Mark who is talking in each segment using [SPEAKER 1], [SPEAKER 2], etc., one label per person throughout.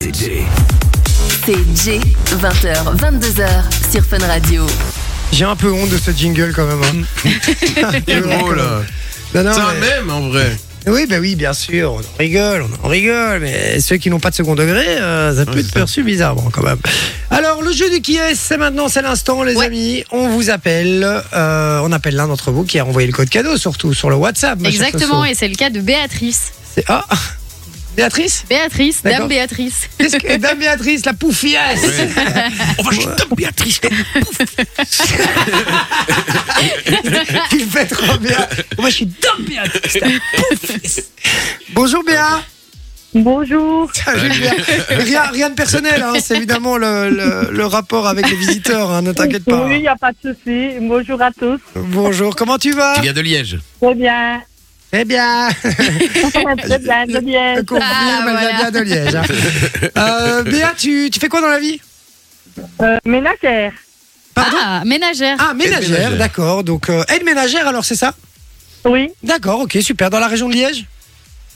[SPEAKER 1] c'est Jay.
[SPEAKER 2] C'est J, 20h, 22h sur Fun Radio.
[SPEAKER 3] J'ai un peu honte de ce jingle quand même. hein.
[SPEAKER 4] Quel mot là
[SPEAKER 3] Non, non,
[SPEAKER 4] C'est un
[SPEAKER 3] mais-
[SPEAKER 4] mème en vrai.
[SPEAKER 3] Oui, bah oui, bien sûr, on en rigole, on en rigole, mais ceux qui n'ont pas de second degré, euh, ça peut
[SPEAKER 4] Ouais,
[SPEAKER 3] être
[SPEAKER 4] c'est ça.
[SPEAKER 3] perçu bizarrement quand même. Alors, le jeu du qui est, c'est maintenant, c'est l'instant, les
[SPEAKER 2] Ouais.
[SPEAKER 3] amis. On vous appelle, euh, on appelle l'un d'entre vous qui a envoyé le code cadeau, surtout sur le WhatsApp. ma chère
[SPEAKER 5] Exactement,
[SPEAKER 3] Soso.
[SPEAKER 5] et c'est le cas de Béatrice.
[SPEAKER 3] C'est- Ah Béatrice
[SPEAKER 5] Béatrice,
[SPEAKER 3] D'accord.
[SPEAKER 5] Dame Béatrice.
[SPEAKER 3] Qu'est-ce que. Dame Béatrice, la poufiasse
[SPEAKER 1] On va jeter Béatrice.
[SPEAKER 3] Tu le fais trop bien Moi, je suis Dame Béatrice, la poufiasse Bonjour Béa
[SPEAKER 6] Bonjour.
[SPEAKER 3] Salut, Léa. rien, rien de personnel, hein, c'est évidemment le, le- le rapport avec les visiteurs, hein, ne t'inquiète pas.
[SPEAKER 6] Oui, il n'y a pas de souci. Bonjour à tous.
[SPEAKER 3] Bonjour, comment tu vas
[SPEAKER 4] Tu viens de Liège.
[SPEAKER 6] Très bien.
[SPEAKER 3] Eh bien,
[SPEAKER 6] Très bien, très bien.
[SPEAKER 3] je confirme,
[SPEAKER 5] Ah,
[SPEAKER 3] elle
[SPEAKER 5] voilà.
[SPEAKER 3] vient bien de Liège. hein. Euh, Béa, tu, tu fais quoi dans la vie
[SPEAKER 6] Euh, ménagère.
[SPEAKER 3] Pardon
[SPEAKER 5] ah, ménagère.
[SPEAKER 3] Ah,
[SPEAKER 4] Aide
[SPEAKER 3] ménagère,
[SPEAKER 4] ménagère.
[SPEAKER 3] d'accord. Donc, euh, aide ménagère, alors c'est ça
[SPEAKER 6] Oui,
[SPEAKER 3] D'accord, ok, super. Dans la région de Liège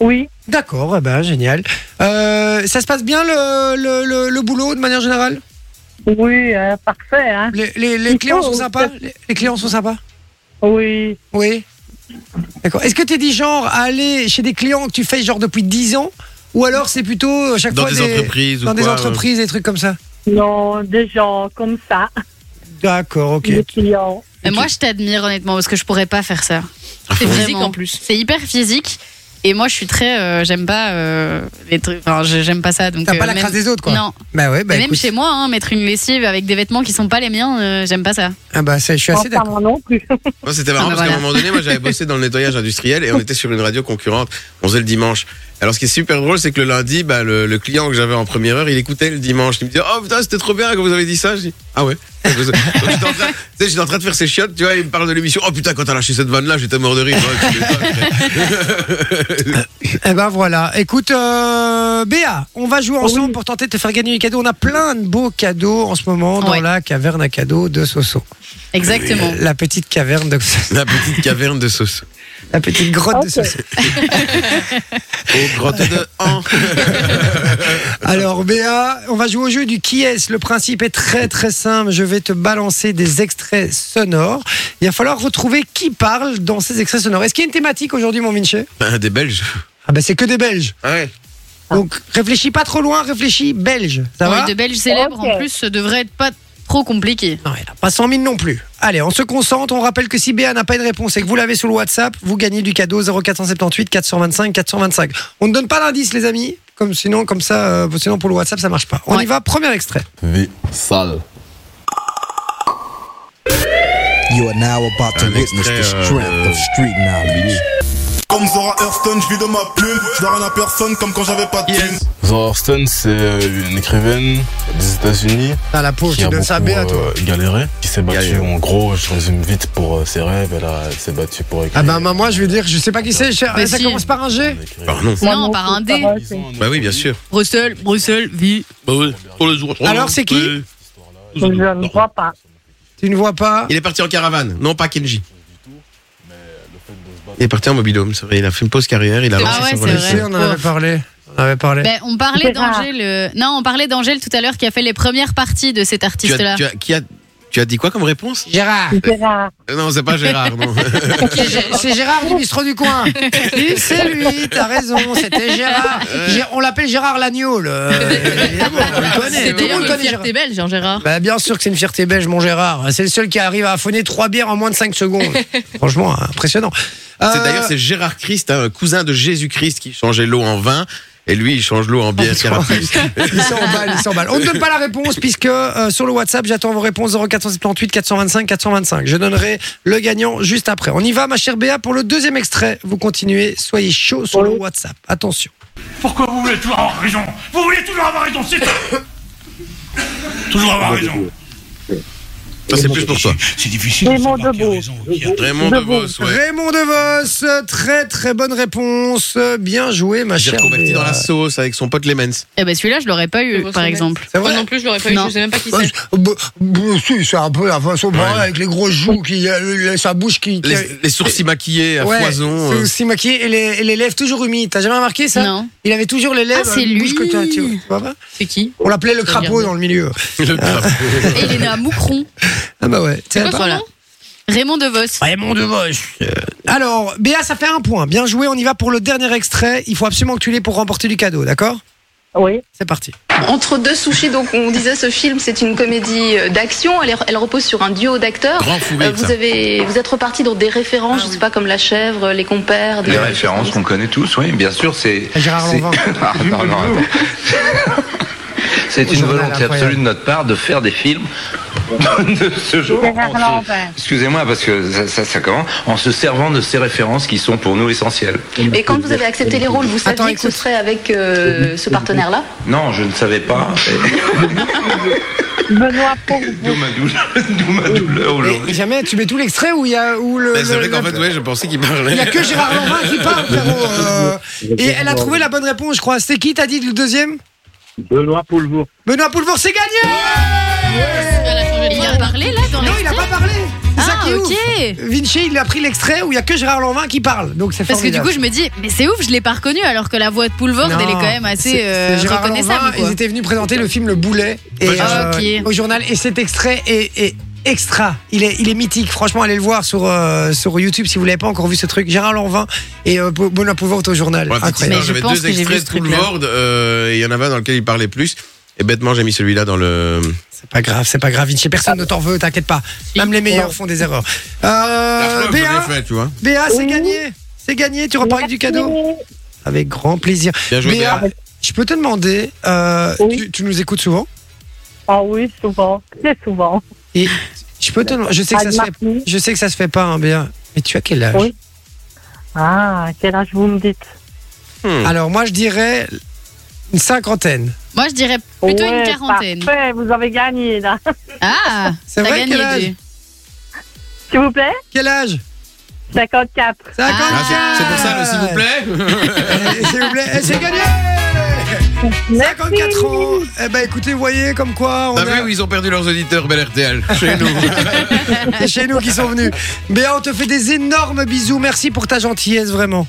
[SPEAKER 6] oui.
[SPEAKER 3] D'accord, eh ben, génial. Euh, ça se passe bien le, le, le- le boulot de manière générale
[SPEAKER 6] Oui, euh, parfait, hein.
[SPEAKER 3] les, les- les
[SPEAKER 6] Il
[SPEAKER 3] clients
[SPEAKER 6] faut,
[SPEAKER 3] sont
[SPEAKER 6] oui.
[SPEAKER 3] sympas les, les clients sont sympas
[SPEAKER 6] Oui.
[SPEAKER 3] Oui. D'accord. Est-ce que tu es du genre à aller chez des clients que tu fais genre depuis 10 ans Ou alors c'est plutôt euh, chaque
[SPEAKER 4] Dans
[SPEAKER 3] fois
[SPEAKER 4] des entreprises ou
[SPEAKER 3] dans des
[SPEAKER 4] quoi, euh.
[SPEAKER 3] entreprises, des trucs comme ça
[SPEAKER 6] Non, des gens comme ça,
[SPEAKER 3] D'accord, Ah, ok. Ah,
[SPEAKER 6] des clients.
[SPEAKER 5] Mais Moi, je t'admire honnêtement parce que je pourrais pas faire ça.
[SPEAKER 4] C'est
[SPEAKER 5] Vraiment.
[SPEAKER 7] physique en plus.
[SPEAKER 5] C'est hyper physique. Et moi, je suis très. euh, j'aime pas euh, les trucs. Enfin, je- j'aime pas ça. donc,
[SPEAKER 3] T'as
[SPEAKER 5] euh,
[SPEAKER 3] pas la
[SPEAKER 5] même-
[SPEAKER 3] crasse des autres, quoi.
[SPEAKER 5] Non.
[SPEAKER 3] Bah ouais, bah
[SPEAKER 5] Et même
[SPEAKER 3] écoute.
[SPEAKER 5] chez moi, hein, mettre une lessive avec des vêtements qui sont pas les miens, euh, j'aime pas ça.
[SPEAKER 3] Ah bah ça, je suis assez
[SPEAKER 6] Enfin,
[SPEAKER 3] d'accord.
[SPEAKER 6] moi non plus.
[SPEAKER 4] Moi, c'était marrant
[SPEAKER 5] Ah bah
[SPEAKER 4] parce qu'à un
[SPEAKER 5] voilà.
[SPEAKER 4] moment donné, moi, j'avais bossé dans le nettoyage industriel et on était sur une radio concurrente. On faisait le dimanche. Alors, ce qui est super drôle, c'est que le lundi, bah, le, le client que j'avais en première heure, il écoutait le dimanche. Il me disait, oh putain, c'était trop bien quand vous avez dit ça. Je dis, ah ouais. Donc, j'étais en train, tu sais, j'étais en train de faire ses chiottes, tu vois, il me parle de l'émission. Oh putain, quand t'as lâché cette vanne là, j'étais mort de rire. Ouais, tu m'étonnes.
[SPEAKER 3] Eh ben voilà. Écoute, euh, Béa, on va
[SPEAKER 5] Oh
[SPEAKER 3] jouer ensemble
[SPEAKER 6] Oui.
[SPEAKER 3] pour tenter de te faire gagner des cadeaux. On a plein de beaux cadeaux en ce moment dans
[SPEAKER 5] Ouais.
[SPEAKER 3] la caverne à cadeaux de Soso. Euh,
[SPEAKER 5] Exactement.
[SPEAKER 3] La petite caverne de
[SPEAKER 4] La petite caverne de sauce.
[SPEAKER 3] La petite grotte de
[SPEAKER 6] Ok.
[SPEAKER 3] Soso.
[SPEAKER 4] Au grotte de Han.
[SPEAKER 3] Alors Béa, on va jouer au jeu du qui est. Le principe est très très simple. Je vais te balancer des extraits sonores. Il va falloir retrouver qui parle dans ces extraits sonores. Est-ce qu'il y a une thématique aujourd'hui, mon Vinci
[SPEAKER 4] Ben, Des Belges.
[SPEAKER 3] Ah ben c'est que des Belges.
[SPEAKER 4] Ah ouais.
[SPEAKER 3] Donc réfléchis pas trop loin, réfléchis belge. Ça
[SPEAKER 5] Oui,
[SPEAKER 3] va
[SPEAKER 5] de Belges célèbres
[SPEAKER 6] Ok.
[SPEAKER 5] en plus, ça devrait être pas trop compliqué.
[SPEAKER 3] Non, il n'y en a pas 100 000 non plus. Allez, on se concentre. On rappelle que si Béa n'a pas une réponse et que vous l'avez sur le WhatsApp, vous gagnez du cadeau 0478 425 425. On ne donne pas d'indice, les amis. Comme sinon, comme ça, euh, sinon pour le WhatsApp, ça marche pas. On
[SPEAKER 5] Ouais.
[SPEAKER 3] y va, premier extrait.
[SPEAKER 8] Vie sale.
[SPEAKER 9] You are now about to
[SPEAKER 4] Un
[SPEAKER 9] witness
[SPEAKER 4] extrait,
[SPEAKER 9] the
[SPEAKER 4] euh,
[SPEAKER 9] strength
[SPEAKER 4] de-
[SPEAKER 9] of street knowledge.
[SPEAKER 10] Comme Zora Hurston, je vis de ma plume. Je dois rien à personne comme quand j'avais pas de thune.
[SPEAKER 8] Zora Hurston, c'est euh, une écrivaine des États-Unis
[SPEAKER 3] Ah, la pauvre,
[SPEAKER 8] qui
[SPEAKER 3] tu
[SPEAKER 8] a
[SPEAKER 3] donnes ça à
[SPEAKER 8] beaucoup,
[SPEAKER 3] Béa, toi.
[SPEAKER 8] euh, galéré, qui s'est battue
[SPEAKER 4] Galéré.
[SPEAKER 8] en gros, je résume vite pour euh, ses rêves. Elle, a- elle s'est battue pour écrire.
[SPEAKER 3] Ah bah moi je vais dire, je sais pas qui c'est, je-
[SPEAKER 5] Mais
[SPEAKER 3] ça
[SPEAKER 5] si.
[SPEAKER 3] commence par un G.
[SPEAKER 4] Bah non.
[SPEAKER 6] Moi
[SPEAKER 5] Non, par un
[SPEAKER 6] plus,
[SPEAKER 5] dé.
[SPEAKER 6] ça va, c'est-
[SPEAKER 4] Bah oui, bien sûr.
[SPEAKER 5] Bruxelles, Bruxelles, vie.
[SPEAKER 7] Bah oui, pour le jour.
[SPEAKER 3] Alors, c'est qui
[SPEAKER 7] Oui.
[SPEAKER 6] Je ne vois pas.
[SPEAKER 3] Tu ne vois pas
[SPEAKER 4] Il est parti en caravane, non pas Kenji. Il est parti en mobilhome, c'est vrai. Il a fait une pause carrière, il a
[SPEAKER 5] Ah
[SPEAKER 4] lancé
[SPEAKER 5] ouais,
[SPEAKER 4] sa
[SPEAKER 5] c'est
[SPEAKER 4] relation.
[SPEAKER 5] vrai.
[SPEAKER 3] Si, on en avait
[SPEAKER 5] Oh.
[SPEAKER 3] parlé. On en avait parlé.
[SPEAKER 5] Ben, on
[SPEAKER 6] C'est
[SPEAKER 5] parlait
[SPEAKER 6] rare.
[SPEAKER 5] d'Angèle. euh, Non, on parlait d'Angèle tout à l'heure qui a fait les premières parties de cet
[SPEAKER 4] Tu as,
[SPEAKER 5] artiste-là.
[SPEAKER 4] tu, as, qui a, tu as dit quoi comme réponse
[SPEAKER 3] Gérard
[SPEAKER 6] C'est rare.
[SPEAKER 4] Euh, Non, c'est pas Gérard, non.
[SPEAKER 3] C'est Gé- C'est Gérard du bistrot du coin. Il, C'est lui, t'as raison, c'était Gérard. Gé- On l'appelle Gérard Lagneau, le- évidemment, on le connaît.
[SPEAKER 7] Ah, C'est
[SPEAKER 3] Tout le
[SPEAKER 7] d'ailleurs
[SPEAKER 3] monde
[SPEAKER 7] une
[SPEAKER 3] connaît Gérard.
[SPEAKER 7] fierté belge, hein, Gérard.
[SPEAKER 3] Bah, bien sûr que c'est une fierté belge, mon Gérard. C'est le seul qui arrive à affonner trois bières en moins de 5 secondes. Franchement, impressionnant.
[SPEAKER 4] C'est
[SPEAKER 3] Euh,
[SPEAKER 4] D'ailleurs, c'est Gérard Christ, hein, cousin de Jésus-Christ, qui changeait l'eau en vin. Et lui, il change l'eau en bière. carapace.
[SPEAKER 3] Il s'emballe, il s'emballe. On ne donne pas la réponse puisque euh, sur le WhatsApp, j'attends vos réponses 0478 425 425. Je donnerai le gagnant juste après. On y va, ma chère Béa, pour le deuxième extrait. Vous continuez, soyez chaud sur le WhatsApp. Attention.
[SPEAKER 11] Pourquoi vous voulez toujours avoir raison Vous voulez toujours avoir raison, c'est tout Toujours avoir raison.
[SPEAKER 4] Ça, c'est plus pour toi.
[SPEAKER 11] C'est difficile.
[SPEAKER 6] Raymond Debout.
[SPEAKER 4] Raymond DeVos, ouais.
[SPEAKER 3] Raymond DeVos, très très bonne réponse. Bien joué, ma
[SPEAKER 4] J'ai
[SPEAKER 3] chère.
[SPEAKER 4] reconverti dans la sauce avec son pote Lemens.
[SPEAKER 5] Eh ben celui-là, je l'aurais pas eu, par exemple.
[SPEAKER 3] C'est
[SPEAKER 7] Ah, Moi
[SPEAKER 3] vrai
[SPEAKER 7] non plus, je l'aurais pas eu,
[SPEAKER 5] Non.
[SPEAKER 7] je sais même pas qui
[SPEAKER 12] Ouais,
[SPEAKER 7] c'est.
[SPEAKER 12] je- bah, bah, si, c'est un peu la façon pareil, avec les grosses joues, qui, euh, sa bouche qui. qui-
[SPEAKER 4] Les, les sourcils maquillés à
[SPEAKER 3] Ouais,
[SPEAKER 4] foison.
[SPEAKER 3] c'est
[SPEAKER 4] euh,
[SPEAKER 3] aussi maquillé et les, et les lèvres toujours humides. T'as jamais remarqué ça
[SPEAKER 5] Non.
[SPEAKER 3] Il avait toujours les lèvres.
[SPEAKER 5] Ah, c'est
[SPEAKER 3] une bouche
[SPEAKER 5] lui.
[SPEAKER 3] que t'as- tu vois, tu vois pas
[SPEAKER 7] C'est qui
[SPEAKER 3] On l'appelait le
[SPEAKER 5] Je
[SPEAKER 3] crapaud
[SPEAKER 5] regarde.
[SPEAKER 3] dans le milieu.
[SPEAKER 4] euh, le crapaud.
[SPEAKER 5] Et il est né à Moucron.
[SPEAKER 3] Ah bah ouais. tu savais pas
[SPEAKER 5] Voilà. Raymond DeVos.
[SPEAKER 3] Raymond DeVos. Euh, Alors, Béa, ça fait un point. Bien joué, on y va pour le dernier extrait. Il faut absolument que tu l'aies pour remporter du cadeau, d'accord
[SPEAKER 6] Oui.
[SPEAKER 3] C'est parti.
[SPEAKER 13] Entre deux sushis, donc on disait ce film, c'est une comédie euh, d'action. Elle, est- elle repose sur un duo d'acteurs.
[SPEAKER 4] Grand fou
[SPEAKER 13] Euh,
[SPEAKER 4] rire,
[SPEAKER 13] vous
[SPEAKER 4] ça.
[SPEAKER 13] avez, vous êtes reparti dans des
[SPEAKER 5] Ah,
[SPEAKER 13] références, je sais pas comme la chèvre, les compères. des-
[SPEAKER 14] Les références qu'on connaît tous, oui, bien sûr, c'est.
[SPEAKER 3] Gérard
[SPEAKER 14] c'est-
[SPEAKER 3] Lanvin.
[SPEAKER 14] Ah, non, non, attends. C'est une
[SPEAKER 3] Journal
[SPEAKER 14] volonté
[SPEAKER 3] incroyable.
[SPEAKER 14] absolue de notre part de faire des films de ce genre.
[SPEAKER 6] Gérard
[SPEAKER 3] Oh,
[SPEAKER 14] En se-
[SPEAKER 6] Lanvin.
[SPEAKER 14] Excusez-moi, parce que ça, ça, ça commence. En se servant de ces références qui sont pour nous essentielles.
[SPEAKER 13] Et quand vous avez accepté les rôles, vous saviez
[SPEAKER 3] Attends,
[SPEAKER 13] que ce
[SPEAKER 3] écoute.
[SPEAKER 13] serait avec euh, ce partenaire-là
[SPEAKER 14] Non, je ne savais pas.
[SPEAKER 6] Benoît Pourbeau.
[SPEAKER 14] D'où ma douleur, d'où ma douleur
[SPEAKER 3] Et
[SPEAKER 14] aujourd'hui.
[SPEAKER 3] jamais, tu mets tout l'extrait où il y a où le.
[SPEAKER 4] Mais c'est
[SPEAKER 3] le-
[SPEAKER 4] vrai qu'en
[SPEAKER 3] la-
[SPEAKER 4] fait, ouais, je pensais qu'il
[SPEAKER 3] Il n'y a
[SPEAKER 4] parlait.
[SPEAKER 3] que Gérard Lanvin qui parle, frérot. euh, Et elle a trouvé la bonne réponse, je crois. C'était qui, t'as dit le deuxième
[SPEAKER 15] Benoît Poulvour.
[SPEAKER 3] Benoît Poulvour, c'est gagné
[SPEAKER 5] Il a parlé là dans
[SPEAKER 3] Non, il n'a pas parlé C'est ça
[SPEAKER 5] Ah,
[SPEAKER 3] qui est
[SPEAKER 5] ok.
[SPEAKER 3] ouf. Vinci, il a pris l'extrait où il n'y a que Gérard Lanvin qui parle. Donc c'est
[SPEAKER 5] Parce que du
[SPEAKER 3] formidable.
[SPEAKER 5] coup, je me dis, mais c'est ouf, je l'ai pas reconnu, alors que la voix de Poulvord, elle est quand même assez
[SPEAKER 3] c'est-
[SPEAKER 5] euh,
[SPEAKER 3] c'est Gérard
[SPEAKER 5] reconnaissable.
[SPEAKER 3] Lanvin,
[SPEAKER 5] quoi.
[SPEAKER 3] Ils étaient venus présenter le film Le Boulet et, euh,
[SPEAKER 4] Ouais,
[SPEAKER 5] j'ai- Ok.
[SPEAKER 3] au journal et cet extrait est, est extra. Il est, il est mythique. Franchement, allez le voir sur, euh, sur YouTube si vous l'avez pas encore vu ce truc. Gérard Lanvin et euh, Bo- Benoît Poulvord au journal.
[SPEAKER 4] Pour la petite histoire,
[SPEAKER 3] Incroyable.
[SPEAKER 5] Mais je
[SPEAKER 4] J'avais
[SPEAKER 5] pense
[SPEAKER 4] deux
[SPEAKER 5] que j'ai vu
[SPEAKER 4] extraits
[SPEAKER 5] ce
[SPEAKER 4] de
[SPEAKER 5] truc-là.
[SPEAKER 4] Poulvord, euh, et il y en avait un dans lequel il parlait plus. Et bêtement, j'ai mis celui-là dans le.
[SPEAKER 3] C'est pas grave, c'est pas grave. Vinci, personne ne t'en veut, t'inquiète pas. Même les meilleurs font des erreurs.
[SPEAKER 4] La
[SPEAKER 3] Euh,
[SPEAKER 4] preuve, je
[SPEAKER 3] Béa,
[SPEAKER 4] l'ai fait, tu vois.
[SPEAKER 3] Béa, c'est
[SPEAKER 6] Oui.
[SPEAKER 3] gagné. C'est gagné, tu repars avec du cadeau.
[SPEAKER 6] Merci.
[SPEAKER 3] Avec grand plaisir.
[SPEAKER 4] Bien joué,
[SPEAKER 3] Béa,
[SPEAKER 4] Béa.
[SPEAKER 3] je peux te demander, euh,
[SPEAKER 6] Oui.
[SPEAKER 3] tu- tu nous écoutes souvent
[SPEAKER 6] Ah oui, souvent. Très souvent.
[SPEAKER 3] Et je peux te demander- je sais que ça
[SPEAKER 6] Anne
[SPEAKER 3] se fait,
[SPEAKER 6] Martin.
[SPEAKER 3] je sais que ça se fait pas, hein, Béa. Mais tu as quel âge
[SPEAKER 6] Oui. Ah, quel âge vous me dites
[SPEAKER 3] Alors moi, je dirais une cinquantaine.
[SPEAKER 5] Moi, je dirais plutôt
[SPEAKER 6] Ouais,
[SPEAKER 5] une quarantaine.
[SPEAKER 6] Parfait, vous avez gagné là.
[SPEAKER 5] Ah,
[SPEAKER 3] C'est
[SPEAKER 5] t'as
[SPEAKER 3] vrai,
[SPEAKER 5] gagné
[SPEAKER 3] quel âge
[SPEAKER 5] Jay.
[SPEAKER 6] S'il vous plaît,
[SPEAKER 3] Quel âge
[SPEAKER 6] 54.
[SPEAKER 3] 50
[SPEAKER 5] Ah,
[SPEAKER 4] Ah, c'est c'est pour ça le s'il vous plaît.
[SPEAKER 3] plaît. S'il vous plaît, Eh, c'est gagné. 54 ans. Eh ben écoutez, vous voyez comme quoi on
[SPEAKER 4] T'as vu
[SPEAKER 3] a
[SPEAKER 4] où ils ont perdu leurs auditeurs, Bel RTL Chez nous.
[SPEAKER 3] c'est chez nous qui sont venus. Béa, on te fait des énormes bisous. Merci pour ta gentillesse vraiment.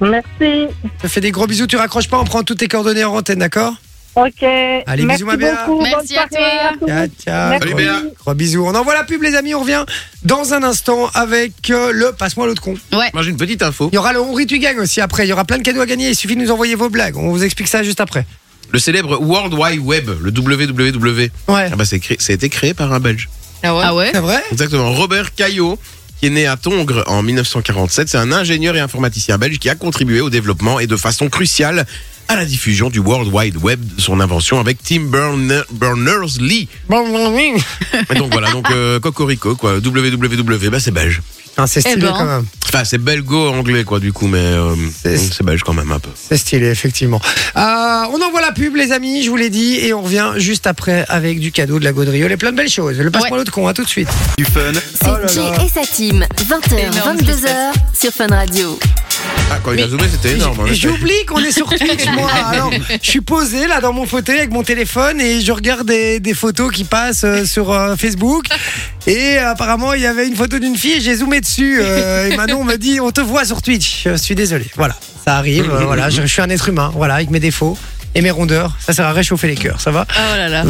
[SPEAKER 6] Merci.
[SPEAKER 3] Je te fais des gros bisous. Tu raccroches pas, on prend toutes tes coordonnées en antenne, d'accord
[SPEAKER 6] Ok.
[SPEAKER 3] Allez,
[SPEAKER 6] Merci
[SPEAKER 3] bisous, ma Béa.
[SPEAKER 6] beaucoup. Bonne
[SPEAKER 5] Merci à
[SPEAKER 6] soirée
[SPEAKER 5] toi.
[SPEAKER 6] tout le
[SPEAKER 3] Ciao,
[SPEAKER 6] monde.
[SPEAKER 3] ciao.
[SPEAKER 6] Merci.
[SPEAKER 4] Salut, Béa.
[SPEAKER 3] Gros bisous. On envoie la pub les amis, on revient dans un instant avec euh, le passe-moi l'autre con.
[SPEAKER 4] Moi, j'ai une petite info.
[SPEAKER 3] Il y aura le Henri tu gagnes aussi après. Il y aura plein de cadeaux à gagner. Il suffit de nous envoyer vos blagues. On vous explique ça juste après.
[SPEAKER 4] Le célèbre World Wide Web, le WWW.
[SPEAKER 3] Ouais.
[SPEAKER 4] Ah bah, c'est créé- ça a été créé par un Belge.
[SPEAKER 7] Ah ouais
[SPEAKER 5] Ah ouais
[SPEAKER 3] C'est vrai
[SPEAKER 4] Exactement. Robert Caillot, qui est né à Tongres en 1947, c'est un ingénieur et informaticien belge qui a contribué au développement et de façon cruciale à la diffusion du World Wide Web de son invention avec Tim Berne- Berners-Lee. Et donc voilà, donc euh, Cocorico, quoi. WWW, bah c'est belge.
[SPEAKER 3] Putain, Ah, c'est stylé
[SPEAKER 5] Eh ben.
[SPEAKER 3] quand même.
[SPEAKER 4] Enfin, c'est belgo-anglais, quoi, du coup, mais euh,
[SPEAKER 3] C'est-
[SPEAKER 4] c'est belge quand même un peu.
[SPEAKER 3] C'est stylé, effectivement. Euh, on envoie la pub, les amis, je vous l'ai dit. Et on revient juste après avec du cadeau, de la gaudriole et plein de belles choses. Le passe-moi l'autre con, à tout de suite.
[SPEAKER 9] Du fun.
[SPEAKER 2] C'est Jay et sa team, 20h,
[SPEAKER 5] Énorme
[SPEAKER 2] 22h sur Fun Radio.
[SPEAKER 4] Ah, quand il a zoomé, c'était énorme. hein,
[SPEAKER 3] Et
[SPEAKER 4] le fait.
[SPEAKER 3] J'oublie qu'on est sur Twitch, moi. Alors, je suis posé là dans mon fauteuil avec mon téléphone et je regarde des, des photos qui passent euh, sur euh, Facebook. Et euh, apparemment, il y avait une photo d'une fille et j'ai zoomé dessus. euh, et Manon me dit On te voit sur Twitch. Je suis désolé. Voilà, ça arrive. euh, voilà, je, je suis un être humain, voilà, avec mes défauts et mes rondeurs. Ça sert à réchauffer les cœurs, ça va
[SPEAKER 5] Oh là là.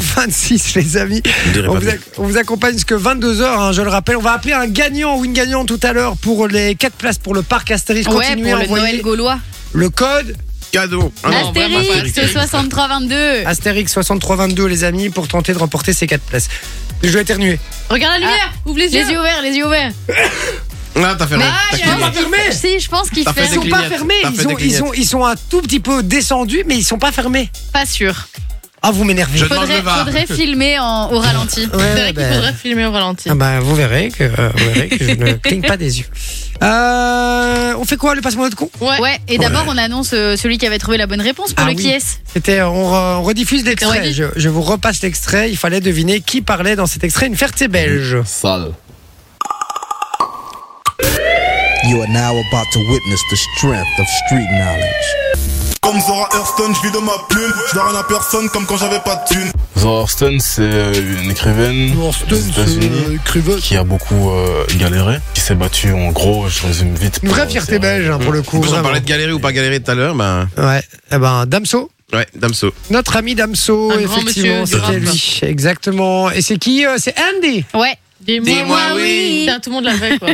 [SPEAKER 3] 21h26 les amis.
[SPEAKER 4] Je dirais
[SPEAKER 3] On
[SPEAKER 4] pas
[SPEAKER 3] vous, ac- on vous accompagne jusque 22h, hein, je le rappelle. On va appeler un gagnant ou une gagnante tout à l'heure pour les 4 places pour le parc Astérix.
[SPEAKER 5] Ouais,
[SPEAKER 3] Continuez
[SPEAKER 5] pour
[SPEAKER 3] à
[SPEAKER 5] le
[SPEAKER 3] envoyer
[SPEAKER 5] Noël gaulois.
[SPEAKER 3] le code
[SPEAKER 4] Cadeau. Ah non, vraiment, c'est
[SPEAKER 5] Astérix
[SPEAKER 4] ridicule.
[SPEAKER 5] 6322.
[SPEAKER 3] Astérix 6322 les amis pour tenter de remporter ces 4 places. Je vais éternuer.
[SPEAKER 7] Regarde la lumière, ouvre les
[SPEAKER 5] Ah. Les
[SPEAKER 7] yeux.
[SPEAKER 5] yeux ouverts, les yeux ouverts.
[SPEAKER 4] Ah, t'as fait mal. T'as
[SPEAKER 5] je pense
[SPEAKER 4] cligné.
[SPEAKER 5] qu'il- Si, je pense qu'il
[SPEAKER 4] T'as
[SPEAKER 5] fait.
[SPEAKER 4] fait
[SPEAKER 3] Ils sont
[SPEAKER 4] des
[SPEAKER 3] pas
[SPEAKER 4] clignotes.
[SPEAKER 3] fermés,
[SPEAKER 4] T'as fait
[SPEAKER 3] ils, ont,
[SPEAKER 4] des
[SPEAKER 3] ils, ont, ils sont un tout petit peu descendus mais ils sont pas fermés.
[SPEAKER 5] Pas sûr.
[SPEAKER 3] Ah vous m'énervez.
[SPEAKER 4] Je demande
[SPEAKER 5] Faudrait,
[SPEAKER 4] le VAR.
[SPEAKER 5] faudrait filmer en- au ralenti.
[SPEAKER 3] Ouais,
[SPEAKER 7] C'est vrai qu'il
[SPEAKER 3] ben,
[SPEAKER 7] faudrait filmer au ralenti.
[SPEAKER 3] ah ben, vous verrez que, euh, vous verrez que je ne cligne pas des yeux. Euh, on fait quoi Le passe-moi notre con
[SPEAKER 5] Ouais. Et d'abord, on annonce euh, celui qui avait trouvé la bonne réponse pour
[SPEAKER 3] Ah
[SPEAKER 5] le
[SPEAKER 3] oui.
[SPEAKER 5] qui est.
[SPEAKER 3] C'était, on, re- on rediffuse l'extrait.
[SPEAKER 5] redit.
[SPEAKER 3] Je, je vous repasse l'extrait. Il fallait deviner qui parlait dans cet extrait. Une fierté belge.
[SPEAKER 8] Sale.
[SPEAKER 9] You are now about to witness the strength of street knowledge.
[SPEAKER 10] Comme Zora Hurston, je vis de ma plume. Je dois rien à personne comme quand j'avais pas de thune.
[SPEAKER 8] Zora Hurston, c'est euh, une écrivaine des États-Unis qui a beaucoup euh, galéré, qui s'est battue en gros, je résume vite.
[SPEAKER 3] Une vraie
[SPEAKER 8] pour- euh,
[SPEAKER 3] fierté belge, hein, pour le coup.
[SPEAKER 4] En plus, on
[SPEAKER 3] vraiment.
[SPEAKER 4] parlait de galérer ou pas galérer tout à l'heure. Ben...
[SPEAKER 3] Ouais. Eh ben, Damso.
[SPEAKER 4] Ouais, Damso.
[SPEAKER 3] Notre ami Damso,
[SPEAKER 5] Un grand
[SPEAKER 3] effectivement,
[SPEAKER 5] monsieur du
[SPEAKER 3] c'était
[SPEAKER 5] rap.
[SPEAKER 3] lui. Exactement. Et c'est qui euh, C'est Andy.
[SPEAKER 5] Ouais.
[SPEAKER 3] Dis-moi oui.
[SPEAKER 5] Putain, Tout le monde l'avait, quoi.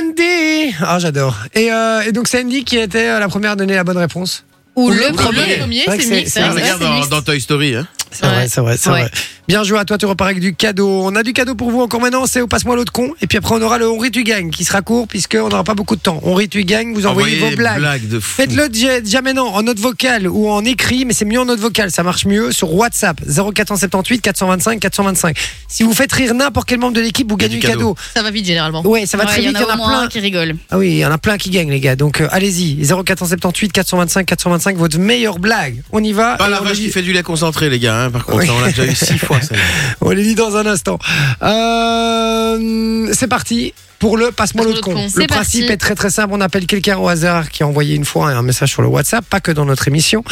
[SPEAKER 3] Andy Ah, j'adore. Et, euh, et donc, c'est Andy qui était euh, la première à donner la bonne réponse.
[SPEAKER 5] Ou
[SPEAKER 3] le
[SPEAKER 5] premier.
[SPEAKER 3] C'est vrai que c'est- c'est
[SPEAKER 5] hein.
[SPEAKER 4] Ah,
[SPEAKER 3] vrai,
[SPEAKER 4] regarde dans, dans Toy Story. Hein.
[SPEAKER 3] C'est vrai, c'est vrai, c'est vrai. Bien joué à toi, tu repars avec du cadeau. On a du cadeau pour vous encore maintenant, c'est au passe-moi l'autre con. Et puis après, on aura le on rit, tu gagnes qui sera court puisqu'on n'aura pas beaucoup de temps. On rit, tu gagnes, vous envoyez
[SPEAKER 4] Envoyez
[SPEAKER 3] vos blagues.
[SPEAKER 4] blagues de fou.
[SPEAKER 3] Faites-le déjà- déjà maintenant en note vocale ou en écrit, mais c'est mieux en note vocale, ça marche mieux sur WhatsApp 0478 425 425. Si vous faites rire n'importe quel membre de l'équipe, vous gagnez du cadeau.
[SPEAKER 16] Ça va vite généralement.
[SPEAKER 3] Ouais, ça va très
[SPEAKER 5] il
[SPEAKER 3] vite,
[SPEAKER 5] y en a, au moins un qui rigole.
[SPEAKER 3] Ah oui, il y en a plein qui gagnent, les gars. Donc euh, allez-y, 0478 425 425, votre meilleure blague. On y va.
[SPEAKER 4] Pas
[SPEAKER 3] et
[SPEAKER 4] la
[SPEAKER 3] on
[SPEAKER 4] vache
[SPEAKER 3] le
[SPEAKER 4] qui
[SPEAKER 3] dit-
[SPEAKER 4] fait du lait concentré, les gars. hein, par contre, Ça, on l'a déjà eu six fois. Ça.
[SPEAKER 3] On les lit dans un instant. Euh, c'est parti pour le passe-moi l'autre con.
[SPEAKER 5] C'est
[SPEAKER 3] Le principe
[SPEAKER 5] parti.
[SPEAKER 3] est très très simple. On appelle quelqu'un au hasard qui a envoyé une fois un message sur le WhatsApp, pas que dans notre émission.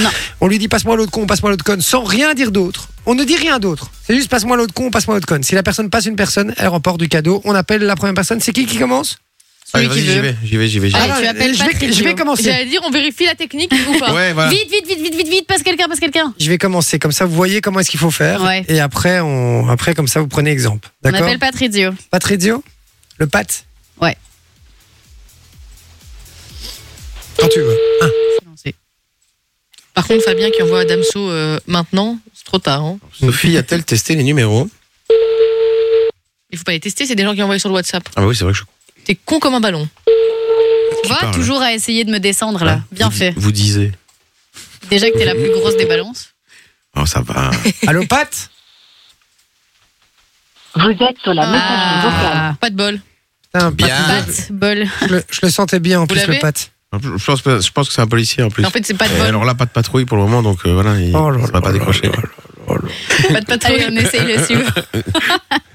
[SPEAKER 3] On lui dit passe-moi l'autre con, passe-moi l'autre con, sans rien dire d'autre. On ne dit rien d'autre. C'est juste passe-moi l'autre con, passe-moi l'autre con. Si la personne passe une personne, elle remporte du cadeau. On appelle la première personne. C'est qui qui commence
[SPEAKER 4] Allez, vas-y, j'y vais, j'y vais, j'y vais. j'y vais.
[SPEAKER 3] Allez, tu appelles Ah, je vais- Patrick, je vais Hugo. commencer.
[SPEAKER 16] J'allais dire, on vérifie la technique ou pas.
[SPEAKER 4] Ouais, voilà.
[SPEAKER 5] Vite, vite, vite, vite, vite, vite, passe quelqu'un, passe quelqu'un.
[SPEAKER 3] Je vais commencer comme ça. Vous voyez comment est-ce qu'il faut faire.
[SPEAKER 5] Ouais.
[SPEAKER 3] Et après, on après comme ça, vous prenez exemple.
[SPEAKER 5] On
[SPEAKER 3] D'accord.
[SPEAKER 5] appelle Patridio.
[SPEAKER 3] Patridio, le pat.
[SPEAKER 5] Ouais.
[SPEAKER 3] Quand tu veux. Hein.
[SPEAKER 16] Par contre, Fabien qui envoie Damso euh, maintenant, c'est trop tard. hein.
[SPEAKER 3] Ah.
[SPEAKER 4] Sophie a-t-elle testé les numéros
[SPEAKER 16] Il faut pas les tester, c'est des gens qui envoient sur le WhatsApp.
[SPEAKER 4] Ah, bah oui, c'est vrai que je
[SPEAKER 16] T'es con comme un ballon.
[SPEAKER 5] Tu vois,
[SPEAKER 4] parle hein.
[SPEAKER 5] toujours à essayer de me descendre
[SPEAKER 3] Ah,
[SPEAKER 5] là. Bien fait.
[SPEAKER 4] vous disais.
[SPEAKER 5] Déjà que t'es la plus grosse des balances.
[SPEAKER 4] Oh, ça va.
[SPEAKER 3] Allô, Pat
[SPEAKER 5] Vous êtes sur la messagerie vocale.
[SPEAKER 16] Pas de bol.
[SPEAKER 3] Putain,
[SPEAKER 4] Bien.
[SPEAKER 3] Pat,
[SPEAKER 5] Pat, bol.
[SPEAKER 3] Je, le, je le sentais bien en
[SPEAKER 16] Vous
[SPEAKER 3] plus, le
[SPEAKER 16] l'avez
[SPEAKER 3] pat.
[SPEAKER 4] Je pense, pas- je pense que c'est un policier en plus.
[SPEAKER 16] En fait, c'est pas de
[SPEAKER 4] Et
[SPEAKER 16] bol.
[SPEAKER 4] alors là, pas de patrouille pour le moment, donc euh, voilà, il
[SPEAKER 3] Oh là
[SPEAKER 4] ça va pas décrocher.
[SPEAKER 16] Pas de patrouille.
[SPEAKER 5] Allez, on essaye le suivant.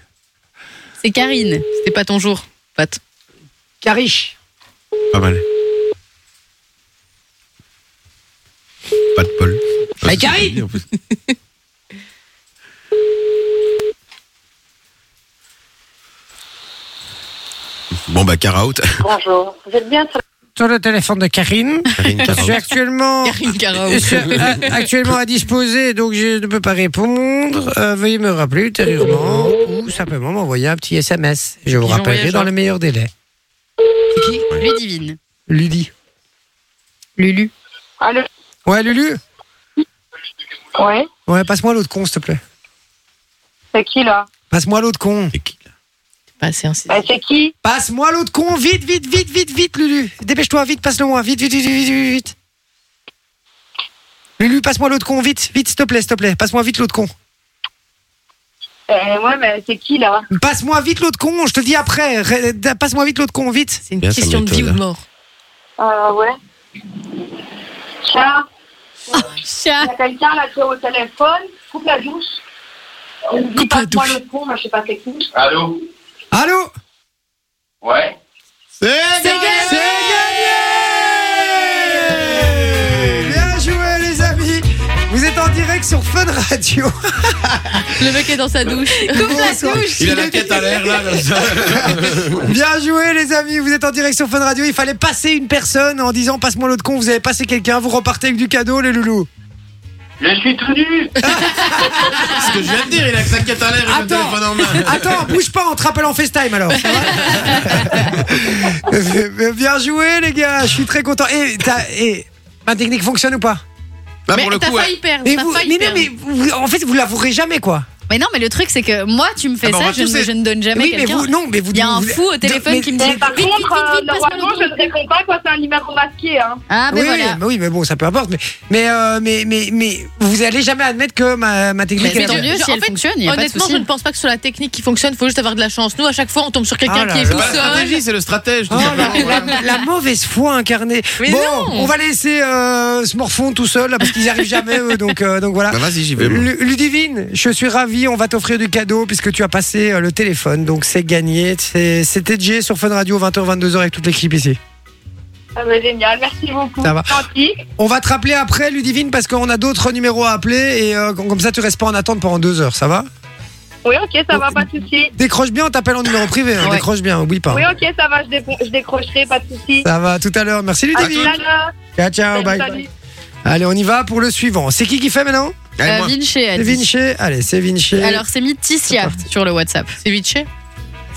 [SPEAKER 5] C'est Karine.
[SPEAKER 16] C'était pas ton jour, Pat.
[SPEAKER 3] Cariche.
[SPEAKER 4] Pas mal. Pas de Paul. Ah,
[SPEAKER 3] Mais
[SPEAKER 4] Carrie Bon bah car out.
[SPEAKER 6] Bonjour. Vous êtes bien sur
[SPEAKER 3] Sur le téléphone de Karine,
[SPEAKER 4] Karine
[SPEAKER 3] je suis
[SPEAKER 4] Carraud.
[SPEAKER 3] actuellement,
[SPEAKER 16] Karine Carraud.
[SPEAKER 3] je suis, euh, actuellement à disposer, donc je ne peux pas répondre. Euh, veuillez me rappeler ultérieurement ou simplement m'envoyer un petit SMS. Je vous
[SPEAKER 16] Pigeon
[SPEAKER 3] rappellerai
[SPEAKER 16] voyageur.
[SPEAKER 3] dans le meilleur délai.
[SPEAKER 5] Ludivine.
[SPEAKER 3] Ludi.
[SPEAKER 5] Lulu.
[SPEAKER 6] Allô
[SPEAKER 3] Ouais, Lulu
[SPEAKER 6] Ouais.
[SPEAKER 3] Ouais, passe-moi l'autre con, s'il te plaît.
[SPEAKER 6] C'est qui là
[SPEAKER 3] Passe-moi l'autre con.
[SPEAKER 16] Bah, c'est ainsi.
[SPEAKER 6] Bah, C'est qui
[SPEAKER 3] Passe-moi l'autre con, vite, vite, vite, vite, vite, Lulu. Dépêche-toi, vite, passe-le-moi, vite, vite, vite, vite, vite, vite. Lulu, passe-moi l'autre con, vite, vite, s'il te plaît, s'il te plaît. Passe-moi vite l'autre con.
[SPEAKER 6] Euh, Ouais, mais c'est qui là
[SPEAKER 3] Passe-moi vite l'autre con, je te dis après. Ré- Passe-moi vite l'autre con, vite.
[SPEAKER 16] C'est une
[SPEAKER 4] Bien, ça
[SPEAKER 16] question de vie ou
[SPEAKER 4] m'étonne.
[SPEAKER 16] de mort.
[SPEAKER 6] Euh, ouais. Chat.
[SPEAKER 5] Chat.
[SPEAKER 6] Il y a quelqu'un là qui est au téléphone. Coupe la douche. On me dit
[SPEAKER 16] Coupe la
[SPEAKER 6] pas moi
[SPEAKER 16] douche.
[SPEAKER 6] le con, moi je sais pas c'est qui.
[SPEAKER 15] Allô
[SPEAKER 3] Allô
[SPEAKER 15] Ouais
[SPEAKER 4] C'est
[SPEAKER 3] C'est gagné Bien joué, les amis. Vous êtes en direct sur Fun Radio.
[SPEAKER 16] Le mec est dans sa douche.
[SPEAKER 5] Coupe la
[SPEAKER 3] Bonsoir.
[SPEAKER 5] douche.
[SPEAKER 4] Il a la tête à l'air là. comme ça.
[SPEAKER 3] Bien joué les amis, vous êtes en direct sur Fun Radio, il fallait passer une personne en disant passe-moi l'autre con, vous avez passé quelqu'un, vous repartez avec du cadeau les loulous.
[SPEAKER 15] Je suis tout nu
[SPEAKER 4] Ce que je viens de dire, il a que sa quête à l'air et le
[SPEAKER 3] Attends.
[SPEAKER 4] téléphone en main.
[SPEAKER 3] Attends, bouge pas, on te rappelle en FaceTime alors. ça va Bien joué les gars, je suis très content. Et, t'as- et ma technique fonctionne ou pas
[SPEAKER 4] Là
[SPEAKER 16] Mais
[SPEAKER 4] Ah, pour le
[SPEAKER 16] t'as
[SPEAKER 4] coup,
[SPEAKER 16] failli perdre.
[SPEAKER 3] mais,
[SPEAKER 16] t'as
[SPEAKER 3] vous-
[SPEAKER 16] failli
[SPEAKER 3] mais non,
[SPEAKER 16] perdre.
[SPEAKER 3] mais vous- en fait vous l'avouerez jamais quoi.
[SPEAKER 5] Mais non, mais le truc, c'est que moi, tu me fais
[SPEAKER 3] Ah bah, on
[SPEAKER 5] ça,
[SPEAKER 3] va
[SPEAKER 5] je,
[SPEAKER 3] tous
[SPEAKER 5] ne-
[SPEAKER 3] les-
[SPEAKER 5] je ne donne jamais
[SPEAKER 3] Oui, mais
[SPEAKER 5] quelqu'un.
[SPEAKER 3] vous- non, mais vous-
[SPEAKER 5] Il y a un
[SPEAKER 3] vous-
[SPEAKER 5] fou au téléphone
[SPEAKER 3] mais-
[SPEAKER 5] qui me
[SPEAKER 3] mais-
[SPEAKER 5] dit.
[SPEAKER 3] Mais
[SPEAKER 6] Par
[SPEAKER 5] vite,
[SPEAKER 6] contre,
[SPEAKER 5] vite,
[SPEAKER 6] euh,
[SPEAKER 5] vite, passe-moi
[SPEAKER 6] normalement, je ne réponds pas quand c'est un numéro masqué. Hein.
[SPEAKER 5] Ah, ben
[SPEAKER 3] oui,
[SPEAKER 5] voilà.
[SPEAKER 3] mais oui, mais bon, ça peut importe. Mais, mais, euh, mais, mais, mais vous allez jamais admettre que ma, ma technique
[SPEAKER 16] Mais
[SPEAKER 3] est
[SPEAKER 16] tant
[SPEAKER 3] la bonne.
[SPEAKER 16] mieux si elle fonctionne, il y a pas de Honnêtement,
[SPEAKER 5] souci.
[SPEAKER 16] je ne pense pas que ce soit la technique qui fonctionne, il faut juste avoir de la chance. Nous, à chaque fois, on tombe sur quelqu'un
[SPEAKER 3] Ah là
[SPEAKER 16] qui est
[SPEAKER 3] là.
[SPEAKER 16] tout
[SPEAKER 3] C'est pas la
[SPEAKER 16] seul.
[SPEAKER 4] Bah, stratégie, c'est le stratège.
[SPEAKER 3] Oh
[SPEAKER 6] Ah,
[SPEAKER 3] là là, la mauvaise foi incarnée.
[SPEAKER 16] Mais
[SPEAKER 3] bon,
[SPEAKER 16] non.
[SPEAKER 3] on va laisser euh, ce morfond tout seul là, parce qu'ils n'y arrivent jamais eux, donc euh, donc voilà.
[SPEAKER 4] Bah, vas-y, j'y vais, moi.
[SPEAKER 3] Lu- Ludivine, je suis ravi, on va t'offrir du cadeau puisque tu as passé euh, le téléphone, donc c'est gagné. C'est- C'était Jay sur Fun Radio 20h 22h avec toute l'équipe ici.
[SPEAKER 6] Ah, bah, génial, merci beaucoup.
[SPEAKER 3] Ça va.
[SPEAKER 6] Gentil.
[SPEAKER 3] On va te rappeler après Ludivine parce qu'on a d'autres numéros à appeler et euh, comme ça tu restes pas en attente pendant deux heures, ça va
[SPEAKER 6] Oui, ok, ça va, pas de souci.
[SPEAKER 3] Décroche bien, on t'appelle en numéro privé, hein,
[SPEAKER 6] Ouais.
[SPEAKER 3] décroche bien, oublie pas.
[SPEAKER 6] Oui, ok, ça va, je, dé- je décrocherai, pas de souci.
[SPEAKER 3] Ça va, à tout à l'heure. Merci
[SPEAKER 6] À tout
[SPEAKER 3] Ludivine.
[SPEAKER 6] à l'heure.
[SPEAKER 3] Ciao, ciao,
[SPEAKER 6] Salut,
[SPEAKER 3] Ah, bye.
[SPEAKER 6] salut.
[SPEAKER 3] Allez, on y va pour le suivant. C'est qui qui fait maintenant
[SPEAKER 5] Euh, Vinci a
[SPEAKER 3] C'est
[SPEAKER 5] dit.
[SPEAKER 3] Vinci. Allez, c'est Vinci.
[SPEAKER 5] Alors, c'est mis Ticia sur le WhatsApp. C'est Vinci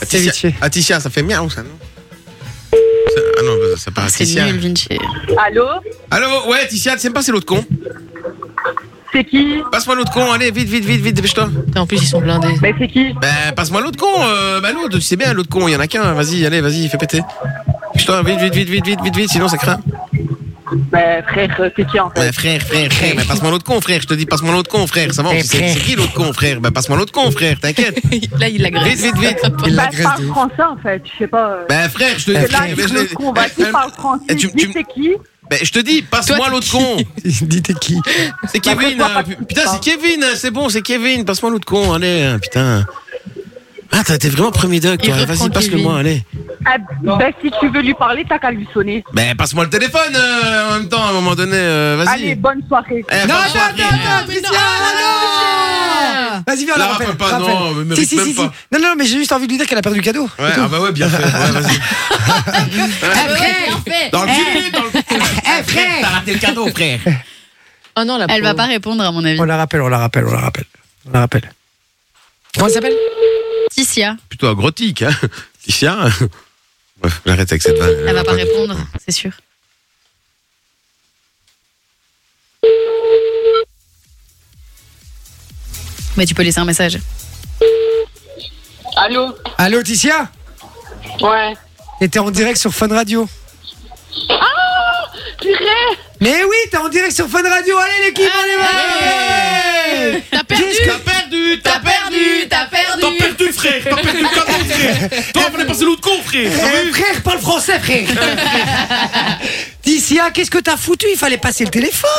[SPEAKER 3] c'est Ah, Vinci.
[SPEAKER 4] Aticia, ça fait miaou ça, non Ça- Ah non, bah, ça part
[SPEAKER 5] C'est
[SPEAKER 4] Aticia.
[SPEAKER 5] nul, Vinci.
[SPEAKER 6] Allô
[SPEAKER 4] Allô, ouais, Aticia, tu sais pas, c'est l'autre con.
[SPEAKER 6] C'est qui
[SPEAKER 4] Passe-moi l'autre con, allez, vite, vite, vite, vite, dépêche-toi.
[SPEAKER 16] En plus, ils sont blindés.
[SPEAKER 6] Mais c'est qui
[SPEAKER 4] Ben, passe-moi l'autre con, euh, bah l'autre, tu sais bien, l'autre con, il y en a qu'un, vas-y, allez, vas-y, fais péter. Dépêche-toi, vite, vite, vite, vite, vite, vite, vite, sinon ça craint.
[SPEAKER 6] Mais frère, euh, c'est qui en fait
[SPEAKER 4] Ben, frère, frère, frère, ben, passe-moi l'autre con, frère, je te dis, passe-moi l'autre con, frère, ça va,
[SPEAKER 6] Eh,
[SPEAKER 4] c'est
[SPEAKER 6] frère.
[SPEAKER 4] c'est qui l'autre con, frère Ben, passe-moi l'autre con, frère, t'inquiète.
[SPEAKER 16] Là, il l'agresse.
[SPEAKER 4] Vite, vite, vite.
[SPEAKER 6] Bah, je parle français en fait, je sais pas.
[SPEAKER 3] Bah,
[SPEAKER 6] euh,
[SPEAKER 4] Ben, frère, je te
[SPEAKER 6] parce que là,
[SPEAKER 4] dis,
[SPEAKER 6] avec le con,
[SPEAKER 3] Eh,
[SPEAKER 6] bah, qui parle français
[SPEAKER 4] tu-
[SPEAKER 6] Dis c'est qui
[SPEAKER 4] ben, je te dis, passe-moi l'autre con.
[SPEAKER 3] Dis t'es qui
[SPEAKER 4] C'est Kevin, hein, pu- putain, c'est Kevin, hein, c'est bon, c'est Kevin, passe-moi l'autre con, allez, hein, putain. Ah, t'as- t'es vraiment premier doc,
[SPEAKER 6] Il
[SPEAKER 4] toi,
[SPEAKER 6] reprend
[SPEAKER 4] vas-y, passe-le-moi,
[SPEAKER 6] Kevin.
[SPEAKER 4] allez.
[SPEAKER 6] Ah, bah, si tu veux lui parler, t'as qu'à lui sonner.
[SPEAKER 4] Ben, passe-moi le téléphone euh, en même temps, à un moment donné, euh, vas-y.
[SPEAKER 6] Allez, bonne soirée.
[SPEAKER 4] Eh, bonne soirée.
[SPEAKER 3] Vas-y, viens, on Ah, la
[SPEAKER 4] Non,
[SPEAKER 3] rappelle.
[SPEAKER 4] papa,
[SPEAKER 3] rappelle.
[SPEAKER 4] non, mais mérite
[SPEAKER 3] si, si,
[SPEAKER 4] même
[SPEAKER 3] si, si.
[SPEAKER 4] pas.
[SPEAKER 3] Non, non, mais j'ai juste envie de lui dire qu'elle a perdu le cadeau.
[SPEAKER 4] Ouais, ah bah ouais, bien fait. Ouais, vas-y.
[SPEAKER 16] Parfait.
[SPEAKER 4] Dans le cul, dans le cul.
[SPEAKER 16] frère.
[SPEAKER 4] T'as raté le cadeau, frère.
[SPEAKER 16] Oh non, la
[SPEAKER 5] Elle va
[SPEAKER 16] pauvre.
[SPEAKER 5] pas répondre, à mon avis.
[SPEAKER 3] On la rappelle, on la rappelle, on la rappelle. On la rappelle. Comment elle s'appelle
[SPEAKER 5] Ticia,
[SPEAKER 4] Plutôt agrotique, hein. Ticia. Bref, j'arrête avec cette vanne.
[SPEAKER 3] Euh,
[SPEAKER 5] elle va pas répondre,
[SPEAKER 3] Ah.
[SPEAKER 5] c'est sûr. Mais tu peux laisser un message.
[SPEAKER 6] Allô
[SPEAKER 3] Allô, Ticia Eh,
[SPEAKER 6] Ouais.
[SPEAKER 3] T'étais en direct sur Fun Radio.
[SPEAKER 6] Ah Purée
[SPEAKER 3] Mais oui, t'es en direct sur Fun Radio. Allez, l'équipe, allez, allez, allez
[SPEAKER 16] T'as perdu.
[SPEAKER 4] T'as perdu, t'as perdu.
[SPEAKER 16] T'as perdu.
[SPEAKER 11] T'as perdu, frère T'as perdu le cadeau, frère Toi, on est passer l'autre con, frère T'as
[SPEAKER 3] Eh,
[SPEAKER 11] vu
[SPEAKER 3] frère, parle français, frère Ticia, qu'est-ce que t'as foutu Il fallait passer le téléphone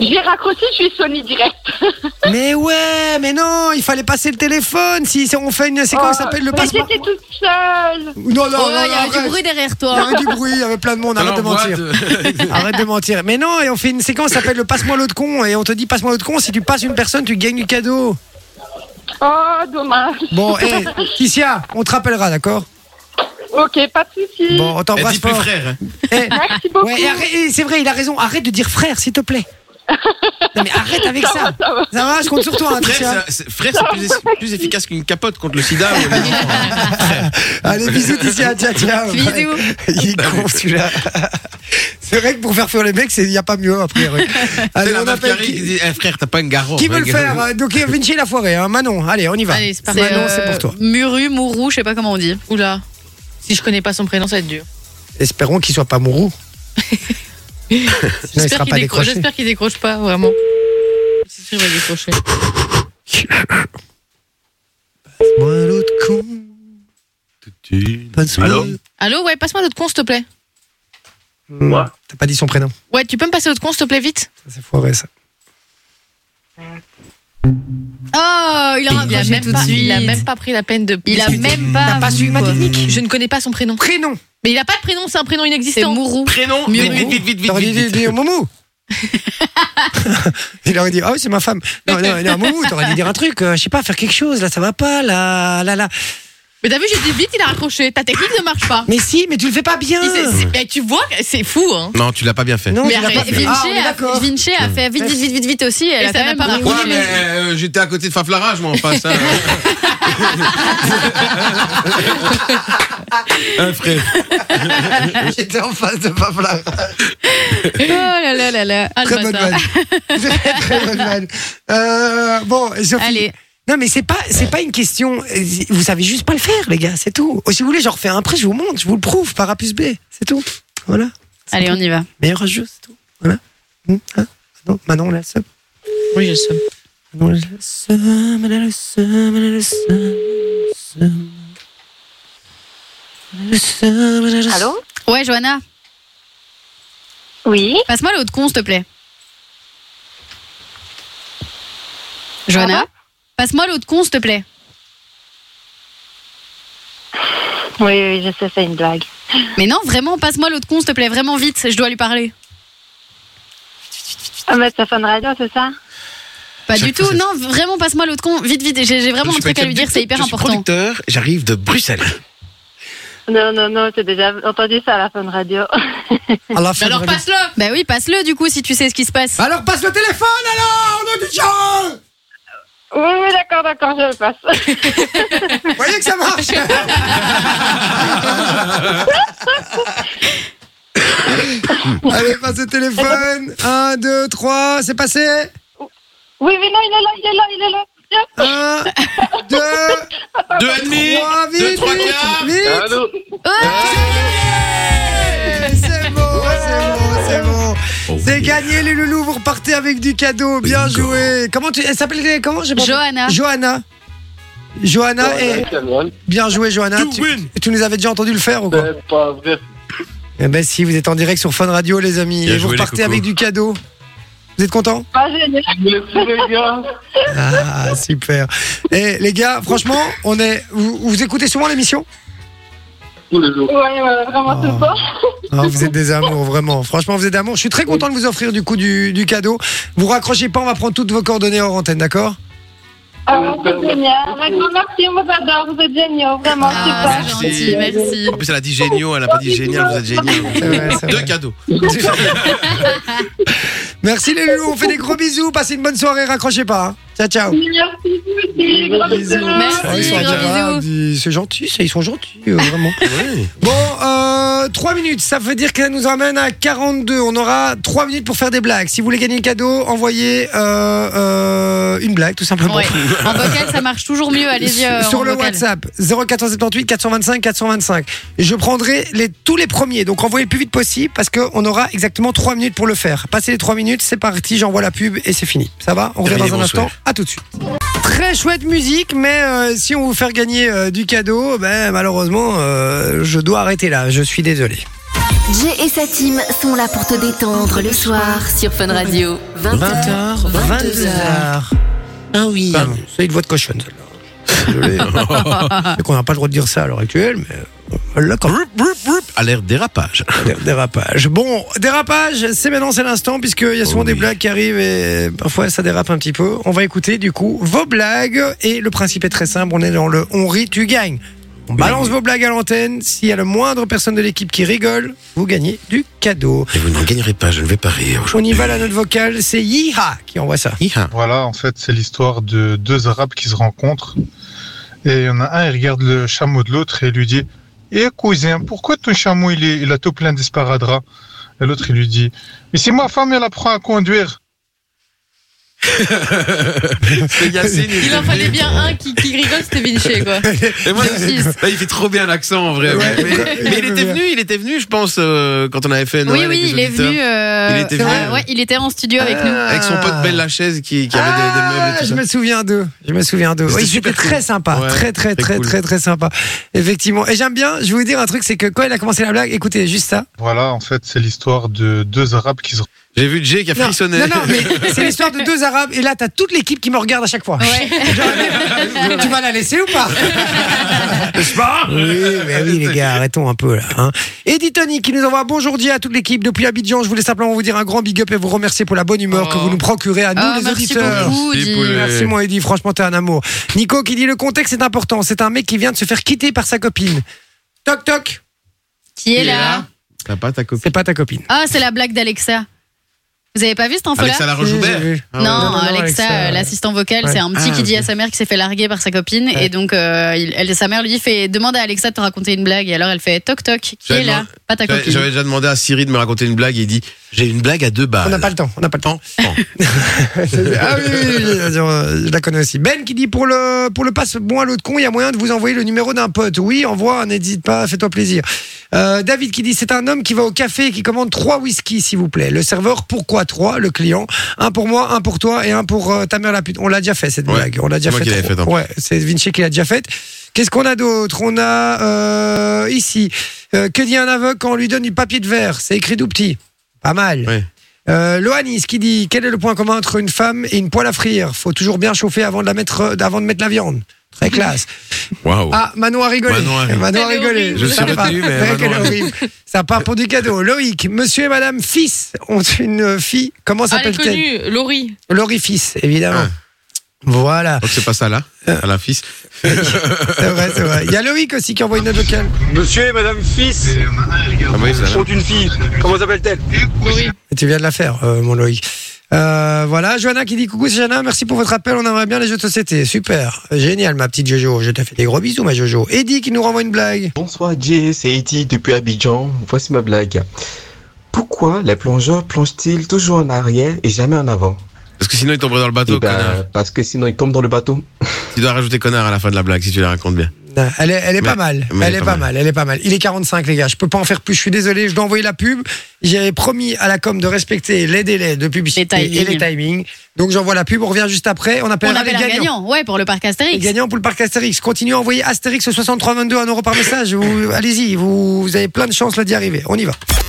[SPEAKER 6] J'ai raccroché, je suis Sony direct.
[SPEAKER 3] Mais ouais, mais non, il fallait passer le téléphone. Si si on fait une, c'est quoi ça s'appelle le
[SPEAKER 6] Oh, Mais
[SPEAKER 3] passeport
[SPEAKER 6] j'étais toute seule.
[SPEAKER 3] Non, non,
[SPEAKER 5] Oh,
[SPEAKER 3] non,
[SPEAKER 5] il y
[SPEAKER 3] non,
[SPEAKER 5] avait du
[SPEAKER 3] arrête.
[SPEAKER 5] bruit derrière
[SPEAKER 16] hein.
[SPEAKER 3] Il y
[SPEAKER 5] toi.
[SPEAKER 3] avait du bruit, il y avait plein de monde, arrête de mentir.
[SPEAKER 4] euh,
[SPEAKER 3] Arrête de mentir. Mais non, et on fait une séquence qui s'appelle le passe-moi l'autre con. Et on te dit passe-moi l'autre con, si tu passes une personne, tu gagnes du cadeau.
[SPEAKER 6] Oh, dommage.
[SPEAKER 3] Bon, hé, Ticia, on te rappellera, d'accord
[SPEAKER 6] Ok, pas de soucis.
[SPEAKER 3] Bon, on
[SPEAKER 4] Eh,
[SPEAKER 3] t'embrasse
[SPEAKER 4] Dis plus
[SPEAKER 3] fort.
[SPEAKER 4] frère.
[SPEAKER 3] Eh,
[SPEAKER 6] Merci beaucoup.
[SPEAKER 3] ouais, et arrête- et c'est vrai, il a raison. Arrête de dire frère, s'il te plaît. Non, mais arrête avec ça.
[SPEAKER 6] Ça va,
[SPEAKER 3] Ça va, je compte sur toi, hein,
[SPEAKER 4] Frère,
[SPEAKER 3] Ticia.
[SPEAKER 4] ça- c'est- frère, c'est plus, effi- plus efficace qu'une capote contre le sida. ou les enfants.
[SPEAKER 3] Allez, bisous, Ticia. Ciao, ciao.
[SPEAKER 5] Bisous.
[SPEAKER 3] Il est con, celui-là. C'est vrai que pour faire fuir les mecs, il n'y a pas mieux, a priori.
[SPEAKER 4] C'est
[SPEAKER 3] Allez,
[SPEAKER 4] la
[SPEAKER 3] on
[SPEAKER 4] meuf qui
[SPEAKER 3] appelle.
[SPEAKER 4] arrive qui
[SPEAKER 3] Qui,
[SPEAKER 4] dit, eh, frère, t'as pas une garo.
[SPEAKER 3] qui
[SPEAKER 4] hein,
[SPEAKER 3] veut le
[SPEAKER 4] garo.
[SPEAKER 3] faire Euh, Donc, Vinci l'a foiré. Hein. Manon, allez, on y va.
[SPEAKER 16] Allez, c'est parti. Euh,
[SPEAKER 3] Manon, c'est
[SPEAKER 5] Euh,
[SPEAKER 3] pour toi.
[SPEAKER 5] Muru, Mourou, je sais pas comment on dit.
[SPEAKER 16] Oula. Si je connais pas son prénom, ça va être dur.
[SPEAKER 3] Espérons qu'il soit pas mourou. Sinon, il
[SPEAKER 16] J'espère
[SPEAKER 3] sera
[SPEAKER 16] qu'il
[SPEAKER 3] pas
[SPEAKER 16] décroche,
[SPEAKER 3] décroché.
[SPEAKER 16] j'espère qu'il décroche pas, vraiment. C'est sûr qu'il va décrocher.
[SPEAKER 3] Moi, l'autre con.
[SPEAKER 4] euh,
[SPEAKER 3] Pas de
[SPEAKER 11] Allô
[SPEAKER 16] Allô, ouais, passe-moi l'autre con, s'il te plaît.
[SPEAKER 3] Moi. T'as pas dit son prénom.
[SPEAKER 16] Ouais, tu peux me passer l'autre con, s'il te plaît, vite
[SPEAKER 3] Ça, C'est foiré, ça.
[SPEAKER 5] Oh, il a
[SPEAKER 16] Il a,
[SPEAKER 5] raccroché
[SPEAKER 16] même
[SPEAKER 5] tout de
[SPEAKER 16] pas, il a
[SPEAKER 5] suite.
[SPEAKER 16] même pas pris la peine de.
[SPEAKER 5] Il a
[SPEAKER 16] discuter.
[SPEAKER 5] même pas.
[SPEAKER 3] T'as pas
[SPEAKER 5] voulu,
[SPEAKER 3] suivi ma
[SPEAKER 5] quoi.
[SPEAKER 3] technique
[SPEAKER 16] Je ne connais pas son prénom.
[SPEAKER 3] Prénom.
[SPEAKER 16] Mais il a pas de prénom, c'est un prénom
[SPEAKER 5] C'est
[SPEAKER 16] inexistant.
[SPEAKER 5] Mourou.
[SPEAKER 4] Prénom, vite, vite, vite, vite, vite,
[SPEAKER 3] T'aurais dit,
[SPEAKER 4] vite,
[SPEAKER 3] dit,
[SPEAKER 4] vite.
[SPEAKER 3] dit Moumou. il aurait dit, ah oui, c'est ma femme. Non, non, non, Moumou, t'aurais dit dire un truc, euh, je sais pas, faire quelque chose, là, ça va pas, là, là, là.
[SPEAKER 16] Mais t'as vu, j'ai dit vite, il a raccroché. Ta technique ne marche pas.
[SPEAKER 3] Mais si, mais tu le fais pas bien.
[SPEAKER 16] Il s'est- c'est- mais tu vois, c'est fou, hein.
[SPEAKER 4] Non, tu l'as pas bien fait.
[SPEAKER 3] Ah. Non,
[SPEAKER 5] Mais
[SPEAKER 3] tu l'as
[SPEAKER 5] arrête,
[SPEAKER 3] pas fait.
[SPEAKER 5] Vinci,
[SPEAKER 3] Ah, on est
[SPEAKER 5] a,
[SPEAKER 3] d'accord.
[SPEAKER 5] Vinci a fait vite, vite, vite, vite, vite aussi.
[SPEAKER 16] Et
[SPEAKER 5] Elle a
[SPEAKER 16] ça
[SPEAKER 5] quand
[SPEAKER 16] va
[SPEAKER 5] même
[SPEAKER 16] pas
[SPEAKER 5] pas
[SPEAKER 4] Ouais,
[SPEAKER 16] marcher.
[SPEAKER 4] mais euh, j'étais à côté de Faflarage, moi, en face. hein. Hein, frère.
[SPEAKER 3] J'étais en face de Pavla.
[SPEAKER 5] Oh là là là là. Ah, le
[SPEAKER 3] Très bonne
[SPEAKER 5] bâtard.
[SPEAKER 3] vanne. Très bonne vanne. Euh, Euh, bon, Sophie. Non, mais c'est pas, c'est pas une question. Vous savez juste pas le faire, les gars, c'est tout. Oh, Si vous voulez, j'en refais un prêt, je vous montre, je vous le prouve par A plus B, c'est tout. Voilà.
[SPEAKER 5] Allez, on y va.
[SPEAKER 3] Meilleur jeu, c'est tout. Voilà. Hum, hein Manon, Manon, on la somme.
[SPEAKER 16] Oui, je somme.
[SPEAKER 3] Manon, on la somme, elle a le seum, elle a le seum, seum. Elle a le seum, elle a le seum.
[SPEAKER 5] Allô Ouais, Johanna. Oui. Passe-moi l'autre con, s'il te plaît. Johanna Passe-moi l'autre con, s'il te plaît.
[SPEAKER 17] Oui, oui, je sais, c'est une blague.
[SPEAKER 5] Mais non, vraiment, passe-moi l'autre con, s'il te plaît, vraiment vite, je dois lui parler.
[SPEAKER 17] Ah, mais ça Fun Radio, c'est ça
[SPEAKER 5] Pas du tout, non, vraiment, passe-moi l'autre con, vite, vite, j'ai j'ai vraiment
[SPEAKER 4] Je
[SPEAKER 5] un
[SPEAKER 4] suis
[SPEAKER 5] truc à lui dire, c'est hyper
[SPEAKER 4] je suis
[SPEAKER 5] important.
[SPEAKER 4] producteur, j'arrive de Bruxelles.
[SPEAKER 17] Non, non, non, j'ai déjà entendu ça à la Fun Radio.
[SPEAKER 3] Ah,
[SPEAKER 5] Bah alors passe-le Bah oui, passe-le du coup si tu sais ce qui se passe.
[SPEAKER 3] Alors passe le téléphone alors, nom du genre
[SPEAKER 17] Oui, oui, d'accord, d'accord, je le passe.
[SPEAKER 3] Vous voyez que ça marche Allez, passe le téléphone. 1, 2, 3, c'est passé
[SPEAKER 17] Oui, mais non, il est là, il est là, il est là.
[SPEAKER 3] 1, 2,
[SPEAKER 11] Deux et demi,
[SPEAKER 3] 3, vite,
[SPEAKER 11] deux, trois
[SPEAKER 3] vite,
[SPEAKER 11] quarts.
[SPEAKER 3] vite.
[SPEAKER 11] Allô
[SPEAKER 5] Oh,
[SPEAKER 3] Ah, C'est beau, c'est beau, c'est beau. C'est gagné les loulous, vous repartez avec du cadeau, bien joué. Comment tu elle s'appelle comment j'ai pas-
[SPEAKER 5] Johanna.
[SPEAKER 3] Johanna. Johanna et bien joué
[SPEAKER 4] Ah,
[SPEAKER 3] Johanna. Tu, tu nous avais déjà entendu le faire ou quoi Eh ben si, vous êtes en direct sur Fun Radio les amis
[SPEAKER 1] Bien
[SPEAKER 3] et vous
[SPEAKER 1] joué, les
[SPEAKER 3] repartez
[SPEAKER 1] cocos.
[SPEAKER 3] avec du cadeau. Vous êtes contents
[SPEAKER 17] Ah, génial.
[SPEAKER 3] Ah super. Et les gars, franchement, on est vous, vous écoutez souvent l'émission
[SPEAKER 17] Ouais, ouais, vraiment tout le temps.
[SPEAKER 3] Ah, vous êtes des amours, vraiment. Franchement, vous êtes des amours. Je suis très content de vous offrir du coup du, du cadeau. Vous raccrochez pas, on va prendre toutes vos coordonnées hors antenne, d'accord
[SPEAKER 17] Ah, c'est génial. Un grand merci, on vous adore, vous êtes géniaux, vraiment, super.
[SPEAKER 4] Merci.
[SPEAKER 5] Ah, merci.
[SPEAKER 4] En plus, elle a dit géniaux, elle a pas dit génial, vous êtes géniaux. Deux cadeaux.
[SPEAKER 3] Merci les loulous, on fait des gros bisous. Passez une bonne soirée, raccrochez pas. hein. Ciao, ciao.
[SPEAKER 17] Merci, vous aussi, gros bisous.
[SPEAKER 3] Ah, ils sont adorables, ils- C'est gentil, ça, ils sont gentils, euh, vraiment. Bon, euh, 3 minutes, ça veut dire qu'elle nous emmène à 42. On aura 3 minutes pour faire des blagues. Si vous voulez gagner le cadeau, envoyez euh, euh, une blague, tout simplement.
[SPEAKER 5] Ouais. En vocal ça marche toujours mieux, allez-y. euh, en
[SPEAKER 3] sur le
[SPEAKER 5] vocal.
[SPEAKER 3] WhatsApp 0478 425 425. Je prendrai les, tous les premiers, donc envoyez le plus vite possible parce qu'on aura exactement 3 minutes pour le faire. Passez les 3 minutes, c'est parti, j'envoie la pub et c'est fini. Ça va On revient
[SPEAKER 4] Terminé,
[SPEAKER 3] dans un
[SPEAKER 4] bonsoir.
[SPEAKER 3] instant. À tout de suite. Très chouette musique, mais euh, si on veut vous faire gagner euh, du cadeau, ben, malheureusement, euh, je dois arrêter là. Je suis désolé.
[SPEAKER 2] Jay et sa team sont là pour te détendre le soir sur Fun Radio. 20h, 22h.
[SPEAKER 3] Ah oui. C'est une voix de cochonne, celle-là. Désolé. hein. C'est qu'on n'a pas le droit de dire ça à l'heure actuelle, mais euh, là, quand
[SPEAKER 4] Alerte dérapage.
[SPEAKER 3] Dérapage. Bon, dérapage, c'est maintenant, c'est l'instant, puisqu'il y a souvent
[SPEAKER 4] Oh
[SPEAKER 3] des blagues qui arrivent et parfois ça dérape un petit peu. On va écouter du coup vos blagues et le principe est très simple, on est dans le on rit, tu gagnes. On balance vos blagues à l'antenne, s'il y a le moindre personne de l'équipe qui rigole, vous gagnez du cadeau.
[SPEAKER 4] Et vous n'en gagnerez pas, je ne vais pas rire.
[SPEAKER 3] On y va, la note vocale, c'est Yiha qui envoie ça.
[SPEAKER 18] Voilà, en fait, c'est l'histoire de deux Arabes qui se rencontrent. Et il y en a un, il regarde le chameau de l'autre et il lui dit Eh cousin, pourquoi ton chameau, il, est, il a tout plein d'esparadrap Et l'autre, il lui dit Mais c'est ma femme, elle apprend à conduire.
[SPEAKER 4] C'est Yacine.
[SPEAKER 16] Il en fallait bien un qui, qui rigole, c'était Vinci, quoi.
[SPEAKER 4] Et moi,
[SPEAKER 16] Six.
[SPEAKER 4] là, il fait trop bien l'accent en vrai.
[SPEAKER 16] Ouais,
[SPEAKER 4] mais, mais il était venu, il était venu, je pense, euh, quand on avait fait.
[SPEAKER 5] Oui,
[SPEAKER 4] Noël
[SPEAKER 5] oui,
[SPEAKER 4] avec les
[SPEAKER 5] il est
[SPEAKER 4] auditeurs.
[SPEAKER 5] venu. euh,
[SPEAKER 4] Il était
[SPEAKER 5] ah,
[SPEAKER 4] venu.
[SPEAKER 5] ouais, il était en studio avec
[SPEAKER 3] Euh,
[SPEAKER 5] nous.
[SPEAKER 4] Avec son pote Belle Lachaise qui, qui avait des- des, meubles et
[SPEAKER 3] Ah,
[SPEAKER 4] tout
[SPEAKER 3] je
[SPEAKER 4] ça.
[SPEAKER 3] me souviens d'eux. Je me souviens d'eux.
[SPEAKER 4] C'était
[SPEAKER 3] Oui, c'était
[SPEAKER 4] super cool.
[SPEAKER 3] très sympa.
[SPEAKER 4] Ouais,
[SPEAKER 3] très,
[SPEAKER 4] très
[SPEAKER 3] très, très,
[SPEAKER 4] cool.
[SPEAKER 3] très, très sympa. Effectivement. Et j'aime bien, je vais vous dire un truc, c'est que quand il a commencé la blague, écoutez juste ça.
[SPEAKER 18] Voilà, en fait, c'est l'histoire de deux Arabes qui se
[SPEAKER 4] J'ai vu Jay qui a
[SPEAKER 3] Non,
[SPEAKER 4] frissonné.
[SPEAKER 3] non, non, mais c'est l'histoire de deux Arabes. Et là, t'as toute l'équipe qui me regarde à chaque fois. Genre, tu vas la laisser ou pas
[SPEAKER 4] N'est-ce pas
[SPEAKER 3] Oui, mais oui, les gars, arrêtons un peu là. hein. Eddie Tony qui nous envoie bonjour dit à toute l'équipe depuis Abidjan. Je voulais simplement vous dire un grand big up et vous remercier pour la bonne humeur
[SPEAKER 4] Oh.
[SPEAKER 3] que vous nous procurez à nous,
[SPEAKER 5] Ah,
[SPEAKER 3] les
[SPEAKER 5] merci
[SPEAKER 3] auditeurs.
[SPEAKER 5] beaucoup, Merci, Eddie. poulet.
[SPEAKER 3] Merci, mon Eddie. Franchement, t'es un amour. Nico qui dit le contexte est important. C'est un mec qui vient de se faire quitter par sa copine. Toc toc.
[SPEAKER 5] Qui est là
[SPEAKER 4] T'as pas ta copine.
[SPEAKER 3] C'est pas ta copine.
[SPEAKER 5] Ah, c'est la blague d'Alexa. Vous avez pas vu cette info-là
[SPEAKER 4] Alexa la rejoubert
[SPEAKER 5] Non, Alexa, euh, l'assistant vocal,
[SPEAKER 4] Ouais.
[SPEAKER 5] c'est un petit
[SPEAKER 4] Ah,
[SPEAKER 5] qui dit
[SPEAKER 4] ok.
[SPEAKER 5] à sa mère qu'il s'est fait larguer par sa copine
[SPEAKER 4] Ouais.
[SPEAKER 5] et donc euh, il- elle, sa mère lui dit fait demande à Alexa de te raconter une blague et alors elle fait toc toc qui
[SPEAKER 4] J'avais
[SPEAKER 5] est là
[SPEAKER 4] demandé-
[SPEAKER 5] pas ta
[SPEAKER 4] j'avais-
[SPEAKER 5] copine.
[SPEAKER 4] J'avais déjà demandé à Siri de me raconter une blague et il dit J'ai une blague à deux balles.
[SPEAKER 3] On n'a pas le temps, on n'a pas le temps. ah oui, oui, oui, je- je je la connais aussi. Ben qui dit pour le, pour le passe bon à l'autre con, il y a moyen de vous envoyer le numéro d'un pote. Oui, envoie, n'hésite pas, fais-toi plaisir. Euh, David qui dit c'est un homme qui va au café et qui commande trois whisky, s'il vous plaît. Le serveur, pourquoi trois Le client, un pour moi, un pour toi et un pour euh, ta mère la pute. On l'a déjà fait cette
[SPEAKER 4] Ouais,
[SPEAKER 3] blague. On l'a
[SPEAKER 4] c'est
[SPEAKER 3] déjà
[SPEAKER 4] moi
[SPEAKER 3] fait.
[SPEAKER 4] qui l'avais
[SPEAKER 3] trop.
[SPEAKER 4] faite, hein.
[SPEAKER 3] Ouais, c'est Vinci qui l'a déjà faite. Qu'est-ce qu'on a d'autre On a euh, ici euh, que dit un aveugle quand on lui donne du papier de verre C'est écrit tout petit. Pas mal. Euh, Loanis qui dit quel est le point commun entre une femme et une poêle à frire Faut toujours bien chauffer avant de la mettre, euh, avant de mettre la viande. Très classe.
[SPEAKER 4] Waouh.
[SPEAKER 3] Ah, Manon a rigolé.
[SPEAKER 4] Manon a ri.
[SPEAKER 3] a
[SPEAKER 4] Elle est
[SPEAKER 3] rigolé.
[SPEAKER 4] horrible. Je
[SPEAKER 3] Ça
[SPEAKER 4] suis
[SPEAKER 3] part.
[SPEAKER 4] retenu, mais
[SPEAKER 3] C'est vrai
[SPEAKER 4] Manon
[SPEAKER 3] qu'elle
[SPEAKER 4] a
[SPEAKER 3] est
[SPEAKER 4] ri.
[SPEAKER 3] horrible. Ça part pour du cadeau. Loïc, monsieur et madame Fils ont une fille. Comment
[SPEAKER 16] Ah, elle est
[SPEAKER 3] s'appelle-t-elle
[SPEAKER 16] connue, Laurie.
[SPEAKER 3] Laurie Fils, évidemment.
[SPEAKER 4] Ah.
[SPEAKER 3] Voilà.
[SPEAKER 4] Donc c'est pas ça là, à la fils.
[SPEAKER 3] C'est vrai, c'est vrai. Il y a Loïc aussi qui envoie une note vocale.
[SPEAKER 19] Monsieur et madame Fils sont une fille. Comment s'appelle-t-elle
[SPEAKER 3] Et Tu viens de la faire, euh, mon Loïc. Euh, voilà, Johanna qui dit coucou, c'est Johanna, merci pour votre appel, on aimerait bien les jeux de société. Super, génial ma petite Jojo, je te fais des gros bisous ma Jojo. Eddie qui nous renvoie une blague.
[SPEAKER 20] Bonsoir Jay, c'est Eddie depuis Abidjan. Voici ma blague. Pourquoi les plongeurs plongent-ils toujours en arrière et jamais en avant
[SPEAKER 4] Parce que sinon il tomberait dans le bateau,
[SPEAKER 20] Eh ben,
[SPEAKER 4] connard.
[SPEAKER 20] Parce que sinon ils tombent dans le bateau.
[SPEAKER 4] Tu dois rajouter connard à la fin de la blague si tu la racontes bien.
[SPEAKER 3] Non, Elle est, elle est
[SPEAKER 4] Mais-
[SPEAKER 3] pas mal,
[SPEAKER 4] mais
[SPEAKER 3] elle est pas, mal. elle est pas mal. Il est 45 les gars, je peux pas en faire plus, je suis désolé, je dois envoyer la pub. J'avais promis à la com de respecter les délais de publicité
[SPEAKER 5] Les timings.
[SPEAKER 3] et les timings. Donc j'envoie la pub, on revient juste après, on
[SPEAKER 5] On
[SPEAKER 3] appellera
[SPEAKER 5] avait
[SPEAKER 3] les
[SPEAKER 5] un
[SPEAKER 3] gagnants.
[SPEAKER 5] gagnant ouais pour le parc
[SPEAKER 3] Les
[SPEAKER 5] Astérix.
[SPEAKER 3] gagnants pour le parc Astérix. Continuez à envoyer Astérix au 6322 1 euro par message. Vous- Allez-y, vous, vous avez plein de chances là d'y arriver. On y va.